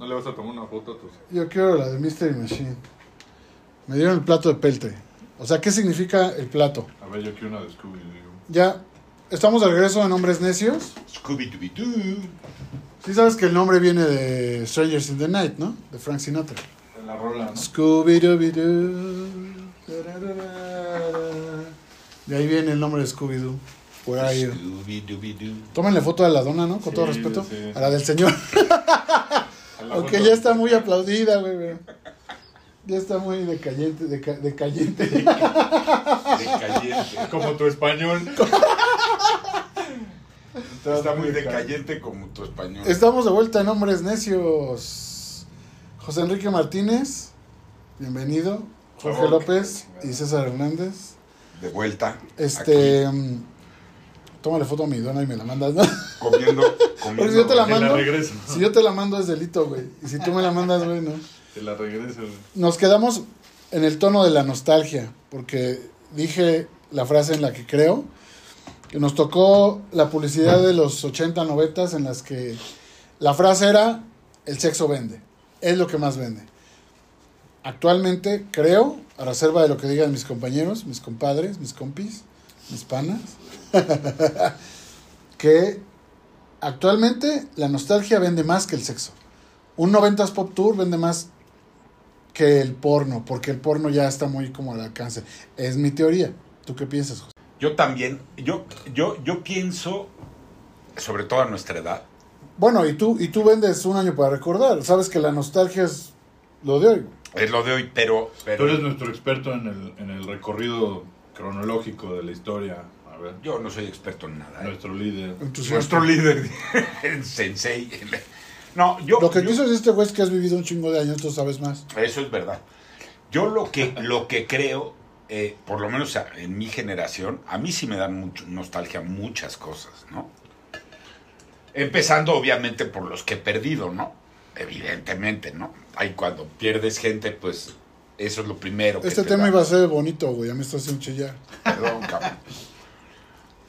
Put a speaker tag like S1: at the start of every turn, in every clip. S1: vas a tomar una foto a tus...
S2: Yo quiero la de Mystery Machine. Me dieron el plato de Peltre. O sea, ¿qué significa el plato?
S1: A ver, yo quiero una de Scooby-Doo.
S2: Ya, estamos de regreso en Hombres Necios.
S1: Scooby-Doo.
S2: Sí sabes que el nombre viene de Strangers in the Night, ¿no? De Frank Sinatra.
S1: En la rola, ¿no?
S2: Scooby-Dooby-Doo. tararara. De ahí viene el nombre de Scooby-Doo. Where are you?
S3: Scooby-Dooby-Doo.
S2: Tómenle foto a la dona, ¿no? Con todo
S1: Sí,
S2: respeto.
S1: sí.
S2: A la del señor.
S1: En la
S2: Aunque
S1: foto.
S2: ya está muy aplaudida, güey. pero Ya está muy decayente, deca- decayente.
S3: Decayente.
S1: Como tu español.
S3: Está muy decayente como tu español.
S2: Estamos de vuelta en Hombres Necios. José Enrique Martínez, bienvenido. Jorge
S1: Hola.
S2: López y César Hernández.
S3: De vuelta.
S2: Este. mm, Tómale foto a mi dona y me la mandas, ¿no?
S3: aquí, comiendo. comiendo
S2: Porque yo te la
S1: Te la
S2: mando.
S1: regreso.
S2: Si yo te la mando es delito, güey. Y si tú me la mandas, güey, no.
S1: Te la regreso.
S2: Nos quedamos en el tono de la nostalgia, porque dije la frase en la que creo, que nos tocó la publicidad de los 80, 90 en las que la frase era, el sexo vende, es lo que más vende. Actualmente creo, a reserva de lo que digan mis compañeros, mis compadres, mis compis, mis panas, que actualmente la nostalgia vende más que el sexo. Un 90s Pop Tour vende más que el porno, porque el porno ya está muy como al alcance. Es mi teoría. ¿Tú qué piensas, José?
S3: Yo también. Yo, yo, yo pienso, sobre todo a nuestra edad,
S2: Bueno, y tú, y tú vendes un año para recordar. Sabes que la nostalgia es lo de hoy.
S3: es lo de hoy, pero.
S1: Tú
S3: pero
S1: eres nuestro experto en el, en el recorrido cronológico de la historia. A ver,
S3: Yo no soy experto en nada. ¿eh?
S1: nuestro líder.
S2: Entusiasta.
S3: Nuestro líder, el sensei. el- No, yo.
S2: Lo que
S3: yo-
S2: quiso decir este güey es que has vivido un chingo de años, tú sabes más.
S3: Eso es verdad. Yo lo que, lo que creo, eh, por lo menos a- en mi generación, a mí sí me dan mucho, nostalgia muchas cosas, ¿no? Empezando obviamente por los que he perdido, ¿no? Evidentemente, ¿no? Ahí cuando pierdes gente, pues eso es lo primero. que
S2: Este
S3: te
S2: tema
S3: da.
S2: iba a ser bonito, güey. Ya me estás haciendo chillar.
S3: Perdón, cabrón.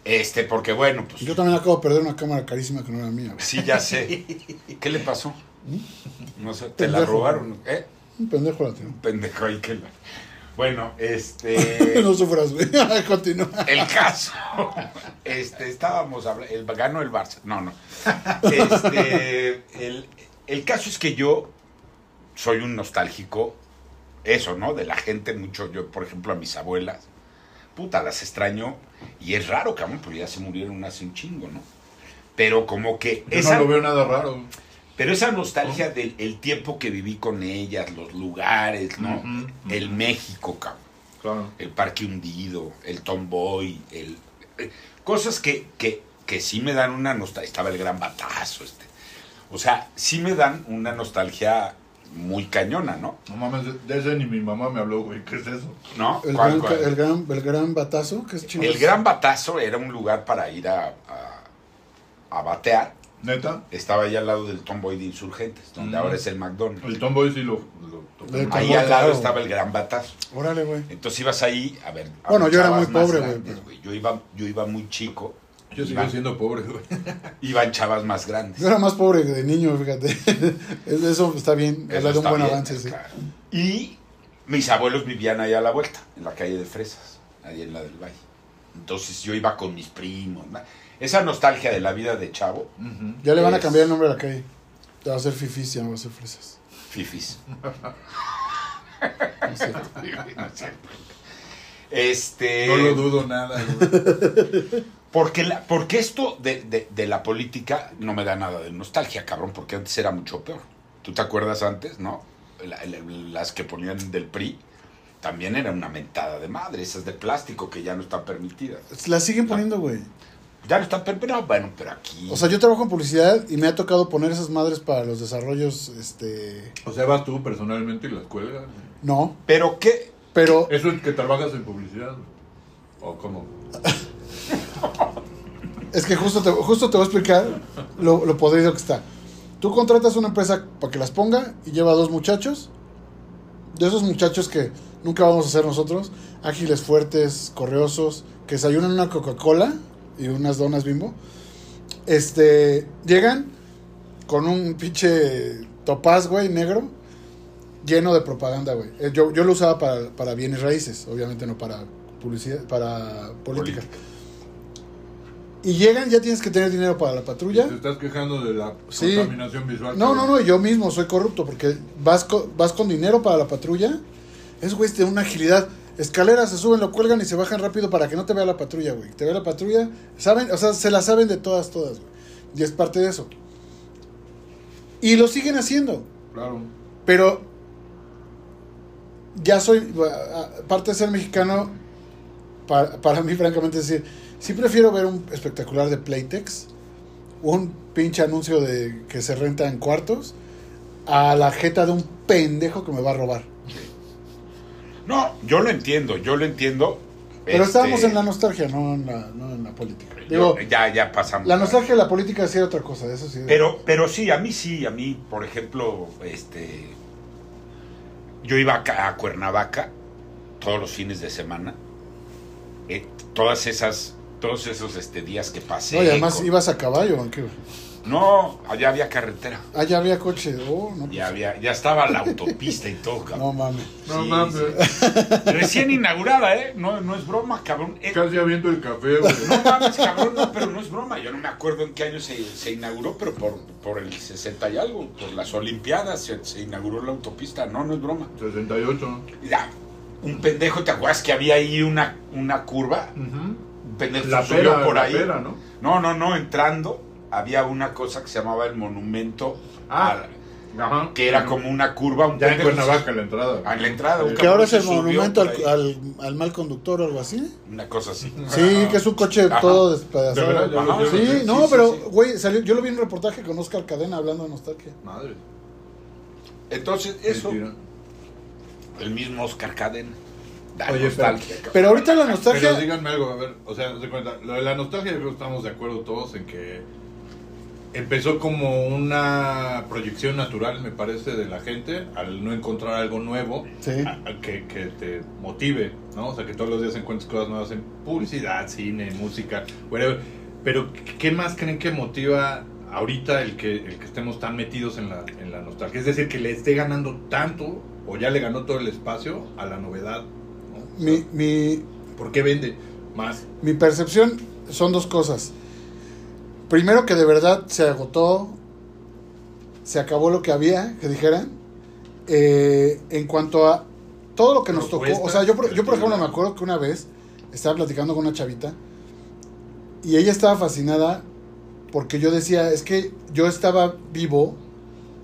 S3: Este, porque bueno, pues
S2: Yo también acabo de perder una cámara carísima que no era mía. güey.
S3: sí, ya sé. ¿Qué le pasó? No sé, te la
S2: Pendejo.
S3: robaron, ¿eh?
S2: Un pendejo la tengo.
S3: Pendejo ahí que la- Bueno, este...
S2: no sufras, güey. Continúa.
S3: El caso. Este, estábamos hablando. El, ganó el Barça. No, no. Este, el, el caso es que yo soy un nostálgico. Eso, ¿no? De la gente mucho. Yo, por ejemplo, a mis abuelas. Puta, las extraño. Y es raro, cabrón, porque ya se murieron hace un chingo, ¿no? Pero como que
S1: Yo
S3: esa,
S1: no lo veo nada raro.
S3: pero esa nostalgia del el tiempo que viví con ellas, los lugares, ¿no?
S1: Ujú, ujú.
S3: El México, cabrón
S1: Claro.
S3: el parque hundido, el tomboy, el, eh, cosas que, que, que sí me dan una nostalgia. Estaba el gran batazo, este. O sea, sí me dan una nostalgia muy cañona, ¿no?
S1: No mames, de- de ese ni mi mamá me habló, güey. ¿Qué es eso?
S3: ¿No?
S2: El
S3: ¿Cuál,
S2: gran,
S3: cuál?
S2: el, gran, el gran batazo, que es chingón.
S3: El gran batazo era un lugar para ir a, a- a batear.
S1: ¿Neta?
S3: Estaba ahí al lado del tomboy de Insurgentes, donde
S1: Mm.
S3: ahora es el McDonald's.
S1: El Tomboy sí lo, lo tocó.
S2: El
S3: Ahí
S2: Tomboy,
S3: al lado
S2: claro.
S3: estaba el gran batazo.
S2: Órale, güey.
S3: Entonces ibas ahí a ver. a
S2: Bueno,
S3: ver
S2: yo era
S3: chavas
S2: muy
S3: más
S2: pobre, güey,
S3: grandes,
S2: pero-
S3: Yo iba, yo iba muy chico.
S1: Yo sigo
S3: Iba-
S1: siendo pobre, güey.
S3: iban chavas más grandes.
S2: Yo era más pobre que de niño, fíjate. Eso está bien.
S3: Eso
S2: Habla de un
S3: está
S2: buen
S3: bien,
S2: avance, sí.
S3: claro. Y mis abuelos vivían ahí a la vuelta, en la calle de Fresas, ahí en la del Valle. Entonces yo iba con mis primos. ¿no? Esa nostalgia de la vida de chavo,
S1: Ujú.
S2: Ya le van a
S3: Es-
S2: cambiar el nombre a la calle. Te va a ser Fifis, ya no va a ser Fresas.
S3: fifis.
S2: No es cierto.
S3: Este,
S1: No lo dudo nada, güey.
S3: porque, la- porque esto de, de- de la política no me da nada de nostalgia, cabrón, porque antes era mucho peor. ¿Tú te acuerdas antes, no? La- la- las que ponían del PRI también era una mentada de madre, esas de plástico que ya no están permitidas.
S2: La siguen poniendo, güey.
S3: Ya no están, pero, pero bueno, pero aquí.
S2: O sea, yo trabajo en publicidad y me ha tocado poner esas madres para los desarrollos, este...
S1: O sea, vas tú personalmente y las cuelgas. güey.
S2: No,
S3: pero qué.
S2: pero...
S1: Eso es que trabajas en publicidad, güey. ¿O cómo?
S2: Es que justo te, justo te voy a explicar lo, lo podrido que está. Tú contratas una empresa para que las ponga y lleva a dos muchachos. De esos muchachos que nunca vamos a ser nosotros. Ágiles, fuertes, correosos, que desayunan una Coca-Cola y unas donas bimbo. Este, llegan con un pinche topaz, güey, negro, lleno de propaganda, güey. Eh, Yo, yo lo usaba para, para bienes raíces, obviamente no para publicidad, para política.
S3: Política.
S2: Y llegan, ya tienes que tener dinero para la patrulla.
S1: Te estás quejando de la
S2: Sí.
S1: contaminación visual.
S2: No, no, no, yo mismo soy corrupto porque vas, co- vas con dinero para la patrulla. Es, güey, de una agilidad. Escaleras se suben, lo cuelgan y se bajan rápido para que no te vea la patrulla, güey. Te vea la patrulla. Saben, o sea, se la saben de todas, todas, güey. Y es parte de eso. Y lo siguen haciendo.
S1: Claro.
S2: Pero ya soy, ah, aparte de ser mexicano, para, para mí francamente es decir, sí prefiero ver un espectacular de Playtex, un pinche anuncio de que se renta en cuartos, a la jeta de un pendejo que me va a robar.
S3: No, yo lo entiendo, yo lo entiendo.
S2: Pero
S3: Este,
S2: estábamos en la nostalgia, no en la, no en la política. Digo,
S3: yo- ya, ya pasamos.
S2: la nostalgia de la política sí era otra cosa, eso sí.
S3: Pero, pero sí, a mí sí, a mí, por ejemplo, este, yo iba a, Ca- a Cuernavaca todos los fines de semana, eh, todas esas, todos esos este, días que pasé.
S2: No, y además
S3: con-
S2: ibas a caballo, aunque...
S3: No, allá había carretera,
S2: Ah, ya había coche. Oh, no.
S3: ya había, ya estaba la autopista y todo,
S2: No
S3: cabrón.
S2: mames.
S1: No
S3: Sí,
S1: mames.
S3: Recién inaugurada, ¿eh? No, no es broma, cabrón. Eh,
S1: Casi aviento el café, güey.
S3: No mames, cabrón, no, pero no es broma. Yo no me acuerdo en qué año se, se inauguró, pero por, por el 60 y algo, por las Olimpiadas se, se inauguró la autopista. No, no es broma.
S1: 68.
S3: Ya, un pendejo, ¿te acuerdas que había ahí una, una curva? Un pendejo
S1: La
S3: subió
S1: pera,
S3: por
S1: la
S3: ahí.
S1: pera, ¿no?
S3: No, no, no, entrando había una cosa que se llamaba el monumento,
S1: Ah.
S3: a-
S1: Ajá.
S3: que era como una curva. Un
S1: Ya en
S3: pendejo-
S1: Cuernavaca la entrada.
S3: A la entrada, un
S1: Que
S2: Que ahora
S3: cabrón
S2: es el
S3: se subió
S2: monumento
S3: por
S2: al,
S3: ahí.
S2: al- al mal conductor o algo así.
S3: Una cosa así.
S2: Sí, que es un coche
S3: Ajá.
S2: todo
S1: ¿De verdad?
S2: despedazado.
S1: Ya lo
S3: Ajá.
S1: vieron,
S2: Sí,
S1: ¿eh?
S2: no,
S3: sí,
S2: pero,
S3: sí.
S2: güey, salió, yo lo vi en un reportaje con Oscar Cadena hablando de nostalgia.
S1: Madre.
S3: Entonces, eso,
S1: Mentira.
S3: el mismo Oscar Cadena. Da
S1: Oye,
S3: nostalgia, cabrón.
S2: Pero ahorita la
S1: Pero
S2: nostalgia,
S1: díganme algo, a ver, o sea, haz de cuenta, lo de la nostalgia creo que estamos de acuerdo todos en que empezó como una proyección natural, me parece, de la gente al no encontrar algo nuevo
S2: Sí.
S1: a- a- que, que te motive, ¿no? O sea, que todos los días encuentres cosas nuevas en publicidad, cine, música, whatever. Pero, ¿qué más creen que motiva ahorita el que, el que estemos tan metidos en la, en la nostalgia? Es decir, que le esté ganando tanto o ya le ganó todo el espacio a la novedad. ¿no? O sea,
S2: mi, mi,
S1: ¿Por qué vende más?
S2: mi percepción son dos cosas. Primero que de verdad se agotó, se acabó lo que había, que dijeran. Eh, en cuanto a todo lo que nos tocó, o sea, yo por, yo por ejemplo me acuerdo que una vez estaba platicando con una chavita y ella estaba fascinada porque yo decía, es que yo estaba vivo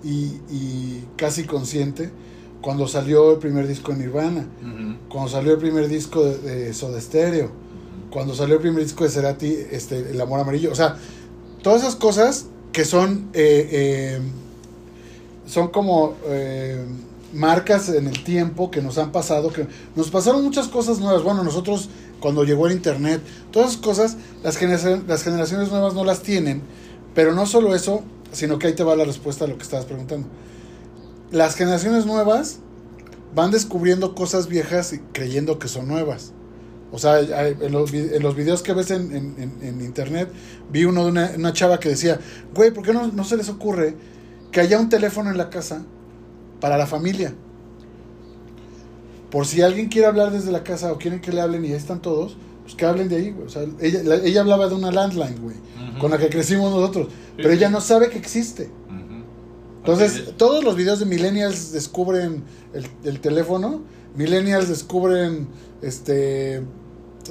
S2: y, y casi consciente cuando salió el primer disco en Nirvana, cuando salió el primer disco de, de Soda Stereo, cuando salió el primer disco de Cerati, este, El Amor Amarillo, o sea, todas esas cosas que son, eh, eh, son como eh, marcas en el tiempo que nos han pasado, que nos pasaron muchas cosas nuevas, bueno, nosotros cuando llegó el Internet, todas esas cosas, las, generaci- las generaciones nuevas no las tienen, pero no solo eso, sino que ahí te va la respuesta a lo que estabas preguntando. Las generaciones nuevas van descubriendo cosas viejas y creyendo que son nuevas. O sea, hay- en los, vi- en los videos que ves en, en- en- en internet, vi uno de una, una chava que decía, güey, ¿por qué no, no se les ocurre que haya un teléfono en la casa para la familia? Por si alguien quiere hablar desde la casa o quieren que le hablen y ahí están todos, pues que hablen de ahí, güey. O sea, ella, la- ella hablaba de una landline, güey, con la que crecimos nosotros, pero ella no sabe que existe. Entonces, todos los videos de Millennials descubren el, el teléfono, Millennials descubren este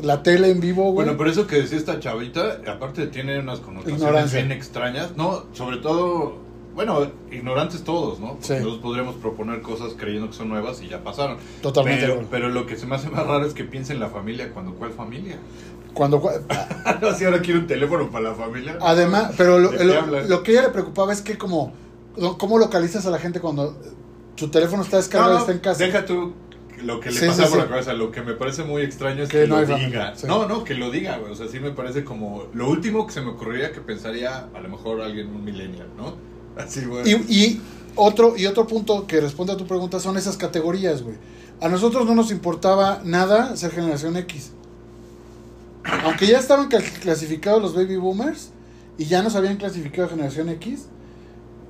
S2: la tele en vivo, güey.
S1: Bueno, pero eso que decía esta chavita, aparte tiene unas connotaciones
S2: Ignorancia.
S1: bien extrañas, ¿no? Sobre todo, bueno, ignorantes todos, ¿no?
S2: Sí.
S1: Porque Nosotros podremos proponer cosas creyendo que son nuevas y ya pasaron.
S2: Totalmente. de
S1: Pero,
S2: acuerdo.
S1: pero lo que se me hace más raro es que piense en la familia, cuando ¿cuál familia?
S2: Cuando cua-
S1: no, si ahora quiere un teléfono para la familia.
S2: además, pero lo,
S1: ¿De qué
S2: lo-
S1: hablas?
S2: lo que a ella le preocupaba es que como lo- cómo localizas a la gente cuando su teléfono está
S1: No,
S2: descargado y
S1: no,
S2: está en casa.
S1: Deja tú lo que le
S2: Sí,
S1: pasa
S2: sí,
S1: por
S2: sí.
S1: la cabeza. Lo que me parece muy extraño es
S2: Que
S1: que,
S2: no
S1: lo
S2: hay
S1: diga.
S2: familia, sí.
S1: No, no, que lo diga, güey. O sea, sí me parece como lo último que se me ocurriría que pensaría a lo mejor alguien, un millennial, ¿no? Así, güey.
S2: Y, y otro, y otro punto que responde a tu pregunta son esas categorías, güey. A nosotros no nos importaba nada ser generación X. Aunque ya estaban cla- clasificados los baby boomers y ya nos habían clasificado a generación X,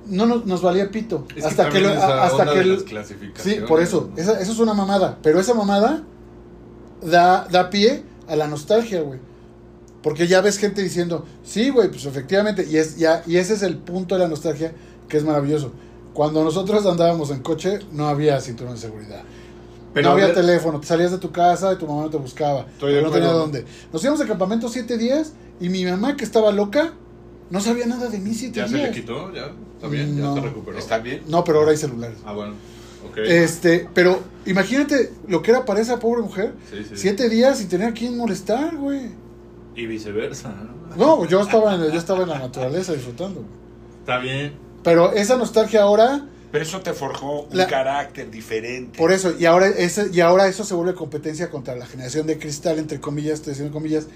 S2: no nos, nos valía pito.
S1: Es
S2: hasta que,
S1: también
S2: lo-
S1: esa
S2: hasta
S1: onda
S2: que
S1: de
S2: lo-
S1: las
S2: Sí,
S1: clasificaciones,
S2: por eso.
S1: ¿no?
S2: Esa, eso es una mamada. Pero esa mamada da, da pie a la nostalgia, güey. Porque ya ves gente diciendo, sí, güey, pues efectivamente. Y, es, ya, y ese es el punto de la nostalgia que es maravilloso. Cuando nosotros andábamos en coche, no había cinturón de seguridad.
S1: Pero
S2: no
S1: a
S2: había
S1: ver,
S2: teléfono. Te salías de tu casa y tu mamá no te buscaba.
S1: Estoy de
S2: no tenía
S1: acuerdo.
S2: dónde. Nos íbamos de campamento siete días y mi mamá, que estaba loca, no sabía nada de mí siete
S1: ¿Ya se
S2: días.
S1: le quitó? ¿Ya? ¿Está bien?
S2: No.
S1: ¿Ya se recuperó?
S3: ¿Está bien?
S2: No, pero ahora hay celulares.
S1: Ah, bueno. Ok.
S2: Este, pero imagínate lo que era para esa pobre mujer.
S1: sí, sí.
S2: Siete días sin tener a quien molestar, güey.
S1: Y viceversa, ¿no?
S2: No, yo estaba en, yo estaba en la naturaleza disfrutando. güey.
S1: Está bien.
S2: Pero esa nostalgia ahora,
S3: Pero eso te forjó un
S2: La-
S3: carácter diferente.
S2: por eso, y ahora, ese, y ahora eso se vuelve competencia contra la generación de cristal, entre comillas, estoy diciendo comillas.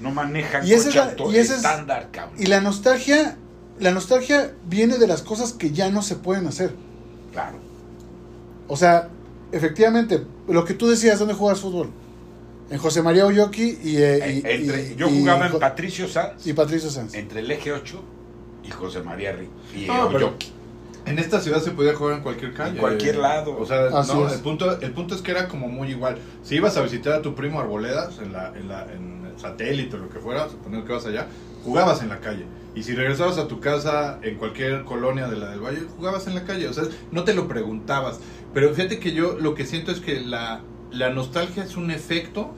S3: no manejan
S2: Y esa
S3: coche
S2: es la-
S3: auto
S2: y esa es-
S3: estándar, cabrón.
S2: Y la nostalgia, la nostalgia viene de las cosas que ya no se pueden hacer.
S3: Claro.
S2: O sea, efectivamente, lo que tú decías, ¿dónde juegas fútbol? En José María Oyoki y, eh, y-
S3: Entre-
S2: y-
S3: yo
S2: y-
S3: jugaba en
S2: Jo-
S3: Patricio Sanz,
S2: y Patricio Sanz.
S3: entre el eje 8 y José María Ri. Y
S1: No, Ah, pero-
S3: Oyoki.
S1: En esta ciudad se podía jugar en cualquier calle.
S3: En cualquier lado.
S1: O sea,
S2: Así
S1: no,
S2: es.
S1: el, punto, el punto es que era como muy igual. Si ibas a visitar a tu primo Arboledas, en, la, en, la, en el satélite o lo que fuera, suponiendo que vas allá, jugabas en la calle. Y si regresabas a tu casa en cualquier colonia de la del Valle, jugabas en la calle. O sea, no te lo preguntabas. Pero fíjate que yo lo que siento es que la, la nostalgia es un efecto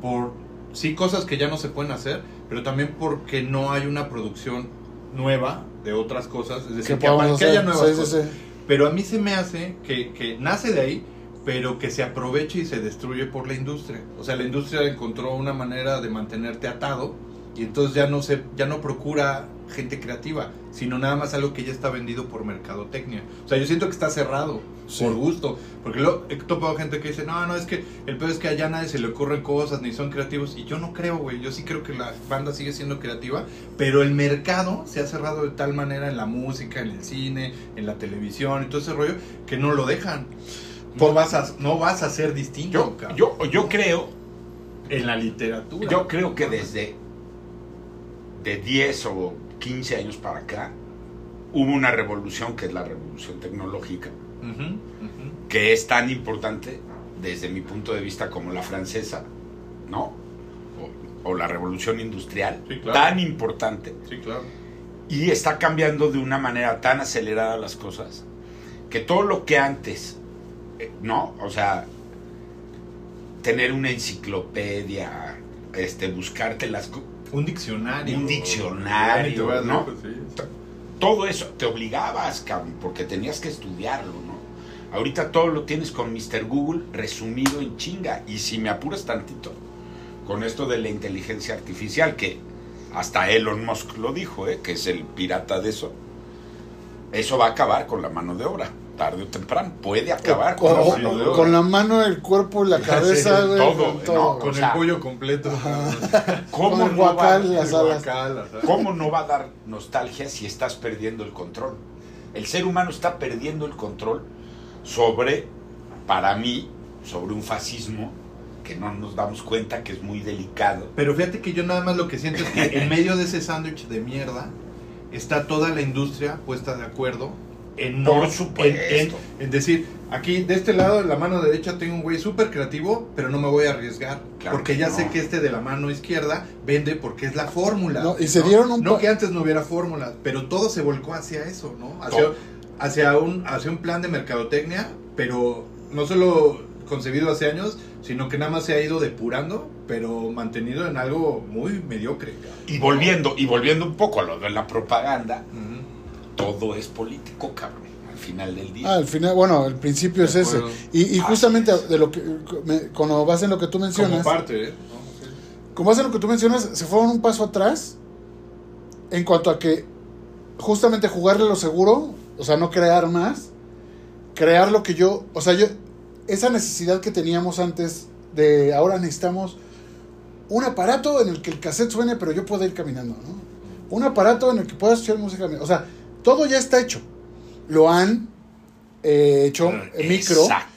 S1: por, sí, cosas que ya no se pueden hacer, pero también porque no hay una producción nueva de otras cosas. Es decir,
S2: ¿Qué
S1: que, apa-
S2: podemos
S1: que haya
S2: hacer?
S1: nuevas
S2: Sí, sí,
S1: cosas.
S2: sí.
S1: Pero a mí se me hace que, que nace de ahí, pero que se aprovecha y se destruye por la industria. O sea, la industria encontró una manera de mantenerte atado y entonces ya no se, ya no procura gente creativa, sino nada más algo que ya está vendido por mercadotecnia. O sea, yo siento que está cerrado
S2: Sí.
S1: por gusto, porque luego he topado gente que dice, "No, no, es que el peor es que allá nadie se le ocurren cosas ni son creativos." Y yo no creo, güey. Yo sí creo que la banda sigue siendo creativa, pero el mercado se ha cerrado de tal manera en la música, en el cine, en la televisión y todo ese rollo que no lo dejan. No
S2: Por-
S1: vas a, no vas a ser distinto
S3: Yo,
S1: cabrón.
S3: yo, yo creo,
S1: en la literatura.
S3: yo creo que desde de 10 o 15 años para acá hubo una revolución que es la revolución tecnológica,
S1: Ujú, ujú.
S3: que es tan importante desde mi punto de vista como la francesa, ¿no? O, o la revolución industrial,
S1: Sí, claro.
S3: tan importante.
S1: Sí, claro.
S3: Y está cambiando de una manera tan acelerada las cosas que todo lo que antes, eh, ¿no? O sea, tener una enciclopedia, este, buscarte las co-
S1: Un diccionario.
S3: Un diccionario,
S1: Ya ni te voy a decir,
S3: ¿no?
S1: pues, sí.
S3: todo eso te obligabas, cabrón, porque tenías que estudiarlo, ¿no? Ahorita todo lo tienes con Mr. Google resumido en chinga. Y si me apuras tantito, con esto de la inteligencia artificial, que hasta Elon Musk lo dijo, ¿eh? que es el pirata de eso, eso va a acabar con la mano de obra, tarde o temprano. Puede acabar con,
S2: O-
S3: la mano de
S2: o-
S3: obra.
S2: Con la mano, el cuerpo, la cabeza,
S1: Sí,
S2: güey,
S3: todo,
S2: con
S3: ¿no?
S1: Con
S3: O sea,
S1: el pollo completo.
S2: con
S3: ¿Cómo
S2: el
S3: no va-
S2: guacal, las
S1: El
S2: alas.
S1: guacal, las alas.
S3: ¿Cómo no va a dar nostalgia si estás perdiendo el control? El ser humano está perdiendo el control sobre, para mí, sobre un fascismo que no nos damos cuenta que es muy delicado.
S1: Pero fíjate que yo nada más lo que siento es que en medio de ese sándwich de mierda está toda la industria puesta de acuerdo en no-
S3: Por supuesto.
S1: En, en- en decir, aquí de este lado, de la mano derecha, tengo un güey súper creativo, pero no me voy a arriesgar.
S3: Claro
S1: porque
S3: que
S1: ya
S3: no.
S1: sé que este de la mano izquierda vende porque es la fórmula.
S2: No, y se dieron un
S1: No
S2: pa-
S1: que antes no hubiera fórmulas, pero todo se volcó hacia eso, ¿no? Hacia,
S3: Todo.
S1: hacia, un, hacia un plan de mercadotecnia, pero no solo concebido hace años, sino que nada más se ha ido depurando, pero mantenido en algo muy mediocre. cabrón.
S3: Y volviendo, y volviendo un poco a lo de la propaganda,
S1: Ujú.
S3: todo es político, cabrón, al final del
S2: Ah,
S3: día.
S2: al final, bueno, el principio
S1: De
S2: es Pues ese.
S1: acuerdo.
S2: Y, y
S3: Ah,
S2: justamente
S3: sí.
S2: de lo que, me- con base en lo que tú
S1: Como
S2: mencionas,
S1: parte, ¿eh?
S2: con base en lo que tú mencionas, se fueron un paso atrás en cuanto a que justamente jugarle lo seguro, o sea, no crear más, crear lo que yo, o sea, yo, esa necesidad que teníamos antes de ahora necesitamos un aparato en el que el cassette suene, pero yo pueda ir caminando, ¿no? Un aparato en el que pueda escuchar música, o sea, todo ya está hecho. Lo han eh, hecho en micro.
S3: Ah, Exacto.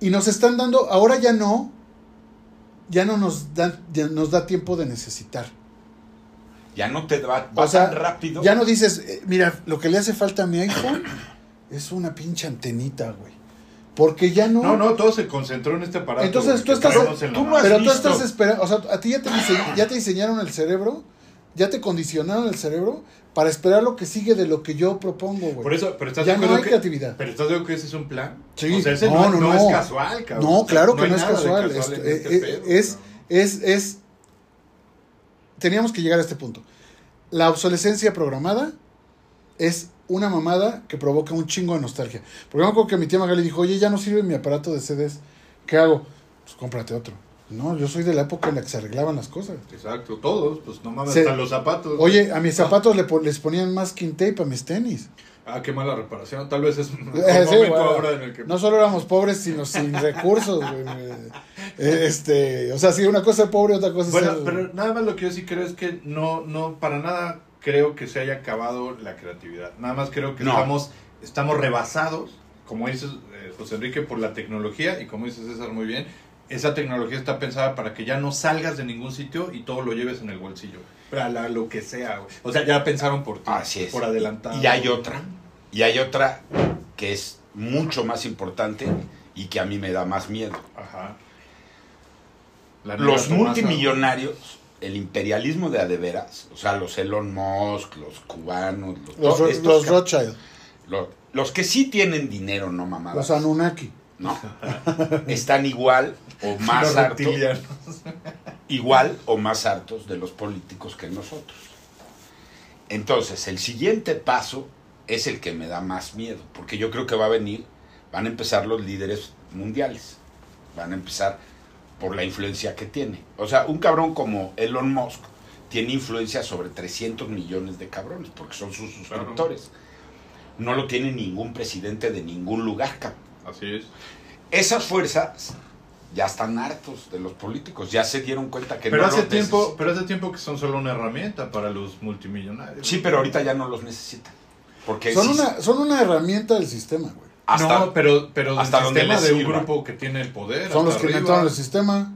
S2: Y nos están dando, ahora ya no, ya no nos da, ya nos da tiempo de necesitar.
S3: Ya no te va, va
S2: o sea,
S3: tan rápido.
S2: Ya no dices, eh, mira, lo que le hace falta a mi iPhone es una pinche antenita, güey. Porque ya no.
S1: No, no, todo se concentró en este aparato.
S2: Entonces,
S1: güey,
S2: tú
S1: que
S2: estás-
S1: traemos en la
S3: tú
S1: mano.
S3: no has
S2: Pero
S3: visto.
S2: tú estás esperando, o sea, a ti ya te, dise- ya te diseñaron el cerebro, ya te condicionaron el cerebro para esperar lo que sigue de lo que yo propongo, güey.
S1: Por eso, pero estás
S2: Ya
S1: de
S2: no
S1: acuerdo
S2: hay
S1: que-
S2: creatividad.
S1: Pero estás de acuerdo que ese es un plan.
S2: Sí.
S1: O sea, ese
S2: No,
S1: no,
S2: no,
S1: no
S2: no.
S1: es casual, cabrón.
S2: No, claro que
S1: hay
S2: no es
S1: nada de
S2: casual.
S1: en
S2: Esto-
S1: este
S2: eh, eh,
S1: pedo,
S2: es,
S1: cabrón.
S2: es, es- Teníamos que llegar a este punto. La obsolescencia programada es una mamada que provoca un chingo de nostalgia. Porque me acuerdo que mi tía Magali dijo, oye, ya no sirve mi aparato de CDs. ¿Qué hago? Pues cómprate otro. No, yo soy de la época en la que se arreglaban las cosas.
S1: Exacto, todos, pues no mames,
S2: Se-
S1: hasta los zapatos.
S2: Oye, a mis zapatos le po- les ponían masking tape a mis tenis.
S1: Ah, qué mala reparación. Tal vez es un
S2: Eh,
S1: momento
S2: sí, bueno,
S1: ahora en el que.
S2: No solo éramos pobres, sino sin recursos. güey. Eh, Este, o sea, sí, una cosa es pobre, otra cosa es
S1: bueno,
S2: ser-
S1: pero nada más lo que yo sí creo es que no, no, para nada creo que se haya acabado la creatividad. Nada más creo que
S3: No.
S1: estamos, estamos rebasados, como dices eh, José Enrique, por la tecnología y como dices César muy bien. Esa tecnología está pensada para que ya no salgas de ningún sitio y todo lo lleves en el bolsillo. Para la- lo que sea, güey. O sea, ya pensaron por ti.
S3: Así es.
S1: Por adelantado.
S3: Y hay otra. Y hay otra que es mucho más importante y que a mí me da más miedo.
S1: Ajá. La nueva
S3: Los
S1: Tomasa.
S3: multimillonarios, el imperialismo de adeveras, o sea, los Elon Musk, los cubanos, los,
S2: Los,
S3: to-
S2: Ro-
S3: estos
S2: los
S3: cab-
S2: Rothschild,
S3: los- los que sí tienen dinero, no mamadas.
S2: los Anunnaki.
S3: no. Están igual o
S1: Los
S3: más hartos,
S1: reptilianos.
S3: igual o más hartos de los políticos que nosotros. Entonces, el siguiente paso es el que me da más miedo, porque yo creo que va a venir, van a empezar los líderes mundiales, van a empezar por la influencia que tiene. O sea, un cabrón como Elon Musk tiene influencia sobre 300 millones de cabrones, porque son sus suscriptores. No lo tiene ningún presidente de ningún lugar, cabrón.
S1: Así es.
S3: Esas fuerzas ya están hartos de los políticos, ya se dieron cuenta que
S1: Pero
S3: no
S1: hace
S3: los
S1: tiempo, pero hace tiempo que son solo una herramienta para los multimillonarios.
S3: Sí, pero ahorita ya no los necesitan. Porque
S2: Son
S3: sí-
S2: una, son una herramienta del sistema, güey.
S3: hasta,
S1: no, pero, pero
S3: hasta
S1: hasta
S3: donde
S1: sistema
S3: les
S1: de un
S3: sirva.
S1: grupo que tiene el poder.
S2: Son los
S1: hasta
S2: que
S1: arriba.
S2: inventaron el sistema.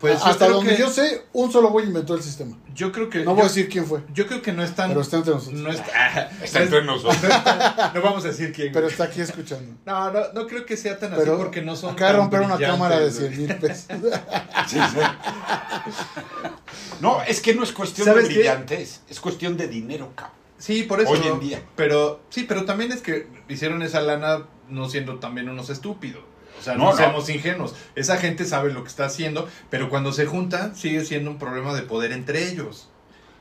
S1: Pues yo
S2: Hasta
S1: creo
S2: donde
S1: que-
S2: yo sé, un solo güey inventó el sistema.
S1: Yo creo que.
S2: No voy a
S1: yo,
S2: decir quién fue,
S1: yo creo que no están.
S2: pero está entre nosotros.
S1: no está.
S3: Está entre nosotros.
S1: No vamos a decir quién.
S2: Pero está aquí escuchando.
S1: no, no, no creo que sea tan
S2: Pero
S1: así porque no son.
S2: acaba de
S1: tan
S2: romper una
S1: brillantes,
S2: cámara de
S1: güey.
S2: 100 mil pesos.
S3: Sí, sí. No, es que no es cuestión de
S1: ¿Sabes qué?
S3: brillantez, es cuestión de dinero, cabrón.
S1: Sí, por eso.
S3: Hoy en día.
S1: Pero sí, pero también es que hicieron esa lana no siendo también unos estúpidos. O sea,
S3: No,
S1: no,
S3: no.
S1: seamos ingenuos. Esa gente sabe lo que está haciendo, pero cuando se juntan sigue siendo un problema de poder entre ellos.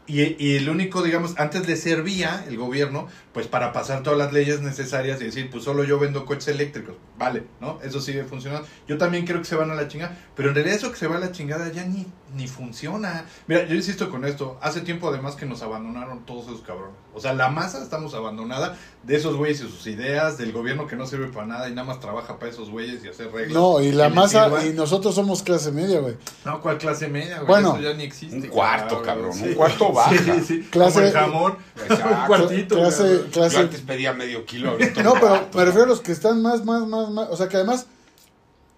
S1: Y, y el único, digamos, antes le servía el gobierno, pues para pasar todas las leyes necesarias y decir, pues solo yo vendo coches eléctricos. Vale, ¿no? Eso sigue funcionando. Yo también creo que se van a la chingada, pero en realidad eso que se va a la chingada ya ni, ni funciona. Mira, yo insisto con esto. Hace tiempo además que nos abandonaron todos esos cabrones. O sea, la masa estamos abandonada de esos güeyes y sus ideas, del gobierno que no sirve para nada y nada más trabaja para esos güeyes y hacer reglas.
S2: No, y la
S1: que les
S2: masa,
S1: sirvan.
S2: y nosotros somos clase media, güey.
S1: No, ¿cuál clase media, güey?
S2: Bueno,
S1: Eso ya ni existe.
S3: un cuarto, cabrón, un cuarto baja.
S1: bajo. Sí, sí.
S2: Clase-
S1: Como el jamón.
S3: Exacto.
S1: Un cuartito.
S2: Clase-
S1: güey.
S3: Yo
S2: clase
S3: antes pedía medio kilo. ahorita
S2: No,
S3: un
S2: pero
S3: cuarto.
S2: me refiero a los que están más, más, más, más. O sea, que además,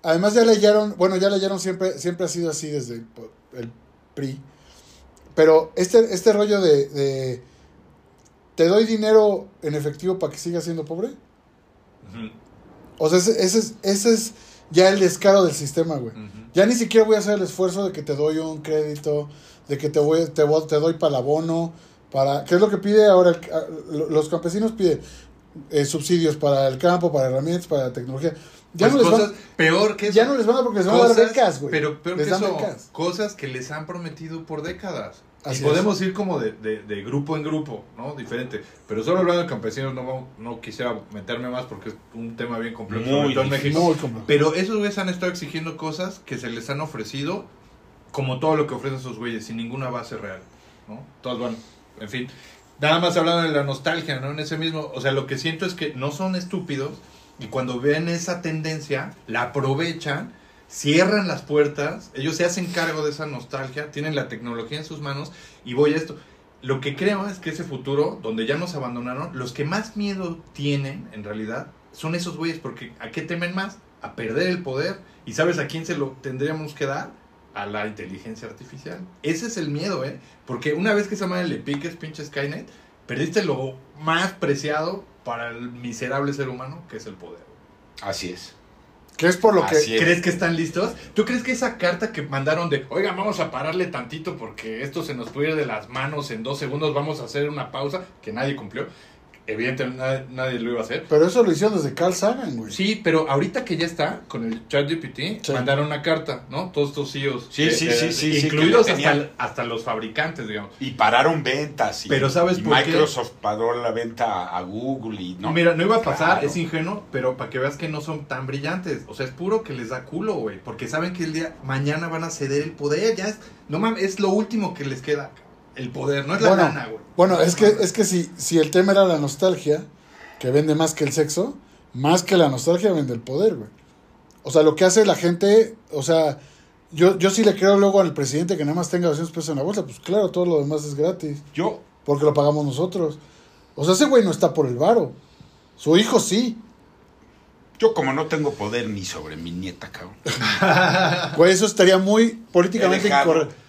S2: además ya leyeron, bueno, ya leyeron siempre, siempre ha sido así desde el, po- el PRI. Pero este, este rollo de, de, te doy dinero en efectivo para que sigas siendo pobre.
S1: Ujú,
S2: O sea, ese, ese es, ese es ya el descaro del sistema, güey.
S1: ujú.
S2: Ya ni siquiera voy a hacer el esfuerzo de que te doy un crédito, de que te voy, te, voy- te doy para el abono, para ¿qué es lo que pide ahora el ca- lo- los campesinos piden eh, subsidios para el campo, para herramientas, para tecnología. Ya
S1: Pues
S2: no les
S1: cosas
S2: van,
S1: peor que eso.
S2: ya no les van a dar porque les van a dar
S1: Cosas,
S2: becas, güey.
S1: Pero peor
S2: les
S1: que
S2: dan
S1: eso,
S2: becas.
S1: cosas que les han prometido por décadas.
S2: Así
S1: y podemos ir como de, de- de grupo en grupo, ¿no? Diferente. Pero solo hablando de campesinos, no, vamos- no quisiera meterme más porque es un tema bien complejo.
S3: Muy
S1: sobre todo en
S3: difícil.
S1: México.
S2: Muy complejo.
S1: Pero esos güeyes han estado exigiendo cosas que se les han ofrecido como todo lo que ofrecen esos güeyes, sin ninguna base real, ¿no? Todas van, en fin. Nada más hablando de la nostalgia, ¿no? En ese mismo, o sea, lo que siento es que no son estúpidos y cuando ven esa tendencia, la aprovechan, cierran las puertas, ellos se hacen cargo de esa nostalgia, tienen la tecnología en sus manos y voy a esto. Lo que creo es que ese futuro, donde ya nos abandonaron, los que más miedo tienen, en realidad, son esos güeyes, porque ¿a qué temen más? A perder el poder. ¿Y sabes a quién se lo tendríamos que dar? a la inteligencia artificial. Ese es el miedo, ¿eh? Porque una vez que esa madre le piques, pinche Skynet, perdiste lo más preciado para el miserable ser humano, que es el poder.
S3: Así es.
S2: Que es
S1: Ah,
S2: por lo que...
S3: Así es.
S1: ¿Crees que están listos? ¿Tú crees que esa carta que mandaron de, oiga, vamos a pararle tantito porque esto se nos puede ir de las manos en dos segundos, vamos a hacer una pausa, que nadie cumplió? Evidentemente nadie, nadie lo iba a hacer.
S2: Pero eso lo hicieron desde Carl Sagan, güey.
S1: Sí, pero ahorita que ya está con el ChatGPT,
S2: Sí.
S1: mandaron una carta, ¿no? Todos estos CEOs.
S3: Sí,
S1: eh,
S3: sí,
S1: eh,
S3: sí, sí, sí,
S1: Incluidos
S3: que lo tenían.
S1: hasta, hasta los fabricantes, digamos.
S3: Y pararon ventas. Y,
S1: Pero ¿sabes
S3: y
S1: por qué?
S3: Microsoft paró la venta a Google y no.
S1: Mira, no iba a pasar,
S3: Claro.
S1: es ingenuo, pero para que veas que no son tan brillantes. O sea, es puro que les da culo, güey. Porque saben que el día, mañana van a ceder el poder, ya es, no mames, es lo último que les queda, cabrón. el poder, no es la
S2: Bueno,
S1: lana, güey.
S2: Bueno, es que, es que si, si el tema era la nostalgia, que vende más que el sexo, más que la nostalgia vende el poder, güey. O sea, lo que hace la gente, o sea, yo, yo sí le creo luego al presidente que nada más tenga 200 pesos en la bolsa, pues claro, todo lo demás es gratis,
S3: Yo,
S2: porque lo pagamos nosotros. O sea, ese güey no está por el varo. Su hijo sí.
S3: yo como no tengo poder ni sobre mi nieta, cabrón.
S2: Güey, eso estaría muy políticamente
S3: He dejado-
S2: incorrecto.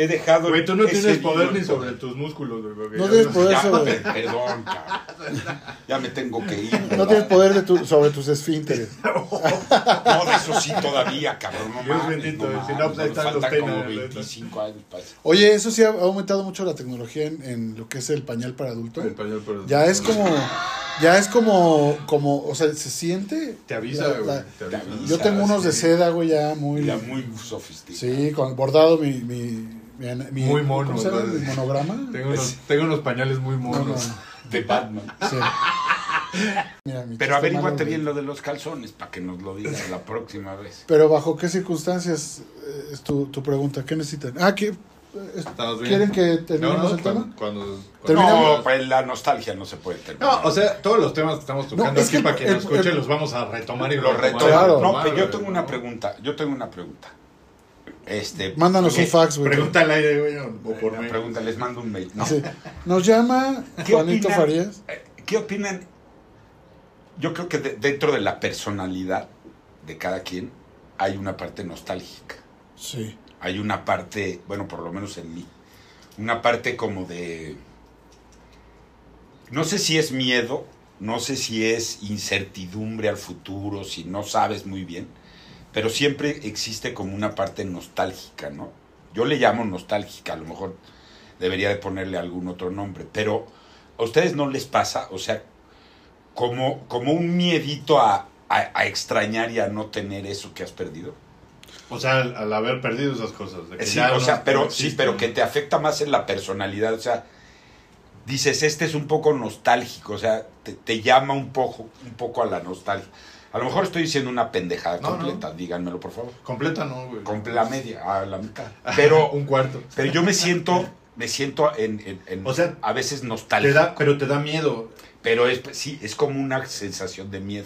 S3: He dejado.
S1: Güey, tú no
S3: he
S1: tienes
S3: cedido
S1: poder
S3: el
S1: ni sobre tus músculos, güey. porque
S2: No
S1: ya
S2: tienes
S1: no-
S2: poder
S3: Ya,
S2: sobre-
S3: per- perdón, cabrón. Ya me tengo que ir.
S2: No
S3: ¿verdad?
S2: tienes poder de tu- sobre tus esfínteres.
S3: No, de eso sí todavía, cabrón. No
S1: Dios
S3: mames,
S1: bendito,
S3: no
S1: si no, pues ahí
S3: mames, nos
S1: están los
S3: faltan como
S1: penas,
S3: 25 años para eso.
S2: Oye, eso sí ha ha aumentado mucho la tecnología en, en lo que es el pañal para adulto.
S1: El pañal, pero-
S2: Ya es como, ya es como, como, o sea, se siente.
S1: Te avisa,
S2: La-
S1: güey.
S2: la-
S1: te avisa.
S3: te avisa.
S2: yo tengo unos de
S3: Sí.
S2: seda, güey, ya muy,
S3: Mira, muy sofisticado.
S2: sí, con bordado mi, mi, mi, ana- mi-
S1: Muy mono,
S2: ¿cómo se llama?
S1: ¿verdad?
S2: Mi monograma.
S1: Tengo unos, tengo unos pañales muy
S2: No, no,
S1: monos.
S3: De Batman.
S2: sí. Mira, mi chiste
S3: Pero averíguate
S2: malo,
S3: bien
S2: güey.
S3: lo de los calzones para que nos lo digas la próxima vez.
S2: Pero bajo qué circunstancias eh, es tu, tu pregunta, ¿qué necesitan? Ah, ¿qué, es-
S1: ¿Estamos bien?
S2: ¿quieren que
S1: No,
S2: terminemos
S1: no,
S2: el
S1: cuando-
S2: tema?
S1: cuando- cuando-
S2: Terminamos.
S3: No, pues la nostalgia no se puede terminar.
S1: No, o sea, todos los temas que estamos tocando
S2: No, es
S1: aquí
S2: que
S1: para que
S2: el-
S1: nos escuchen
S2: el-
S1: los vamos a retomar y
S3: Lo
S1: retomar y
S3: reto.
S2: Claro.
S1: retomar,
S3: No, pero yo
S1: güey,
S3: tengo una
S1: ¿no?
S3: pregunta. Yo tengo una pregunta. Este,
S2: Mándanos
S3: ¿qué?
S2: un fax, güey.
S1: Pregunta al aire, güey, o o por
S3: Una
S1: mail.
S3: pregunta, les mando un mail. No.
S2: Sí. Nos llama
S3: ¿Qué
S2: Juanito
S3: opinan?
S2: Farías.
S3: Eh, ¿Qué opinan? Yo creo que de- dentro de la personalidad de cada quien hay una parte nostálgica.
S2: Sí.
S3: Hay una parte, bueno, por lo menos en mí, una parte como de... No sé si es miedo, no sé si es incertidumbre al futuro, si no sabes muy bien, pero siempre existe como una parte nostálgica, ¿no? Yo le llamo nostálgica, a lo mejor debería de ponerle algún otro nombre, pero a ustedes no les pasa, o sea, como, como un miedito a, a- a extrañar y a no tener eso que has perdido.
S1: O sea, al, al haber perdido esas cosas. de que
S3: Eh, Sí,
S1: ya
S3: o
S1: no-
S3: sea, pero
S1: no
S3: sí,
S1: existen.
S3: pero que te afecta más en la personalidad, o sea, dices, este es un poco nostálgico, o sea, te, te llama un poco, un poco a la nostalgia. A lo mejor estoy diciendo una pendejada
S1: No,
S3: completa, díganmelo por favor.
S1: Completa no, güey.
S3: Con la media, a la mitad. Pero,
S1: Un cuarto.
S3: pero yo me siento, me siento en, en- en-
S1: O sea,
S3: a veces
S1: Te
S3: nostálgico.
S1: da, pero te da miedo.
S3: Pero es sí, es como una sensación de miedo.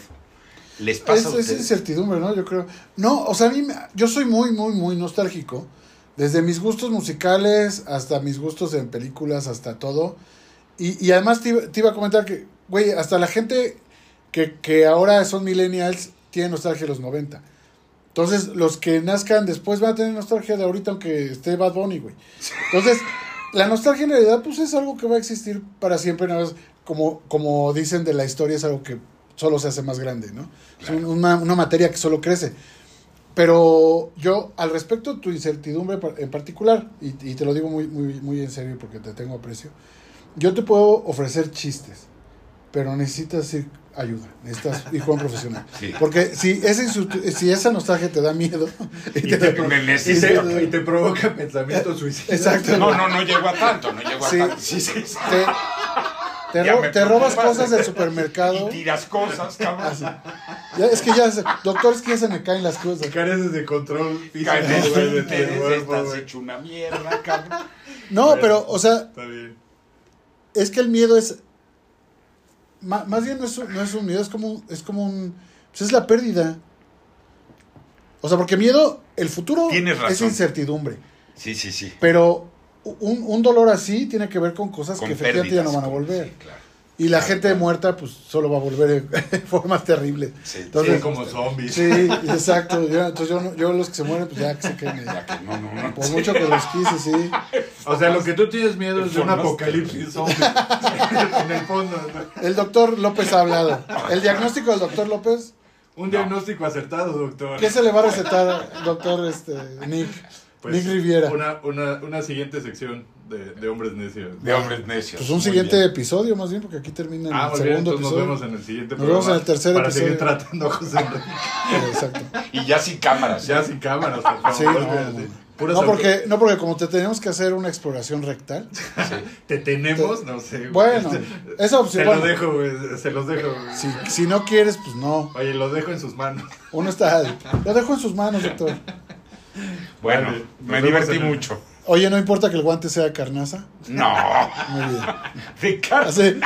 S3: Les pasa a
S2: es, es
S3: ustedes.
S2: incertidumbre, ¿no? Yo creo. No, o sea, a mí me- yo soy muy, muy, muy nostálgico. Desde mis gustos musicales hasta mis gustos en películas, hasta todo. Y, y además te, iba- te iba a comentar que, güey, hasta la gente que, que ahora son millennials tiene nostalgia de los 90. Entonces, los que nazcan después van a tener nostalgia de ahorita, aunque esté Bad Bunny, güey. Entonces, la nostalgia en realidad, pues es algo que va a existir para siempre, nada más. Como, como dicen de la historia, es algo que solo se hace más grande, ¿no? Es un- una, una materia que solo crece. Pero yo, al respecto de tu incertidumbre par- en particular, y, y te lo digo muy, muy, muy en serio porque te tengo aprecio, yo te puedo ofrecer chistes, pero necesitas ir- ayuda, necesitas ir con un profesional.
S3: Sí.
S2: Porque si esa, insu- si esa nostalgia te da miedo, y
S1: Y
S2: te-
S1: te,
S3: Me
S1: y
S3: necesito,
S1: te-
S3: cabrón.
S1: y te provoca pensamientos suicidas.
S2: Eh, exacto.
S3: No, no, no llego a tanto, no llego a
S2: Sí.
S3: tanto. Sí, sí, sí.
S2: Te, te
S3: Ya
S2: ro-
S3: me
S2: te robas
S3: preocupaste.
S2: cosas del
S3: Y
S2: supermercado.
S3: tiras cosas, cabrón.
S2: Así. Ah, Ya, es que ya, se- doctor, es que ya se me caen las cosas.
S1: Careces de control físico,
S3: Cabrón,
S1: güey, de tu
S3: ustedes
S1: cuerpo,
S3: estás
S1: güey.
S3: hecho una mierda, cabrón.
S2: No, pero, o sea,
S1: Está bien.
S2: es que el miedo es ma- más bien no es, un- no es un miedo es como es como un pues es la pérdida o sea porque miedo el futuro
S3: Tienes
S2: es
S3: razón.
S2: incertidumbre
S3: Sí, sí, sí.
S2: pero un, un dolor así tiene que ver con cosas que efectivamente ya no van a
S3: con-
S2: volver
S3: sí, claro.
S2: Y la gente muerta, pues solo va a volver en formas terribles.
S1: Sí,
S3: Sí,
S2: Entonces,
S1: como zombies.
S2: sí, exacto. Yo, entonces yo, no- yo los que se mueren, pues ya que se queden. ahí.
S3: Ya que no, no, no.
S2: Por mucho que los quise, sí.
S1: O sea, lo que tú tienes miedo es de un
S3: Formas
S1: apocalipsis zombie. en el fondo, ¿no?
S2: El doctor López ha hablado. El diagnóstico del doctor López,
S1: Un diagnóstico acertado, doctor.
S2: ¿qué se le va a recetar, doctor este, Nick?
S1: Pues,
S2: Nick Riviera.
S1: Una, una, una siguiente sección de, de hombres necios.
S3: De hombres necios.
S2: Pues un
S3: Muy
S2: siguiente
S3: bien.
S2: episodio, más bien, porque aquí termina
S1: Ah,
S2: el
S1: muy bien,
S2: segundo
S1: entonces nos
S2: episodio.
S1: vemos en el siguiente
S2: Nos vemos
S1: programa
S2: en el tercer
S1: para
S2: episodio.
S1: seguir tratando a José Enrique.
S2: Exacto.
S3: Y ya sin cámaras.
S1: Ya sin cámaras, por favor.
S2: Sí, no,
S1: olvídate.
S2: no, no.
S1: Puras
S2: No
S1: auto-
S2: porque, no, porque como te tenemos que hacer una exploración rectal.
S1: Te tenemos, no sé. güey. Este,
S2: Bueno, esa opción.
S1: Se los
S2: bueno,
S1: dejo, güey, se los dejo. güey.
S2: si, si no quieres, pues no.
S1: Oye, los dejo en sus manos.
S2: Uno está. Lo dejo en sus manos, doctor.
S3: Bueno,
S1: Vale, nos
S3: me
S1: vemos
S3: divertí
S1: en el-
S3: mucho.
S2: Oye, no importa que el guante sea de carnaza.
S3: No,
S2: Muy bien.
S3: de cara.
S2: Así,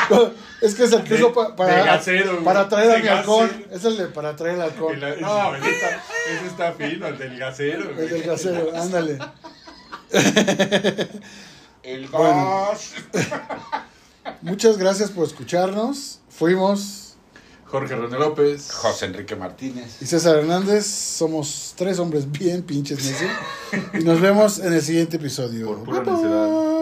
S2: es que es el que
S1: De-
S2: uso pa- para,
S1: de gasero, güey.
S2: para traer
S1: De
S2: a mi alcohol.
S1: gasero.
S2: Es el de para traer el
S1: Y
S2: alcohol.
S1: la- No, ese está, ese está fino, el del gasero. güey.
S2: Es Ah. el gasero, ándale.
S3: El
S2: Bueno.
S3: gas.
S2: Muchas gracias por escucharnos. Fuimos
S1: Jorge René López.
S3: José Enrique Martínez.
S2: y César Hernández. Somos tres hombres bien pinches necios. Y nos vemos en el siguiente episodio.
S1: Por pura
S2: Bye, bye.
S1: necedad.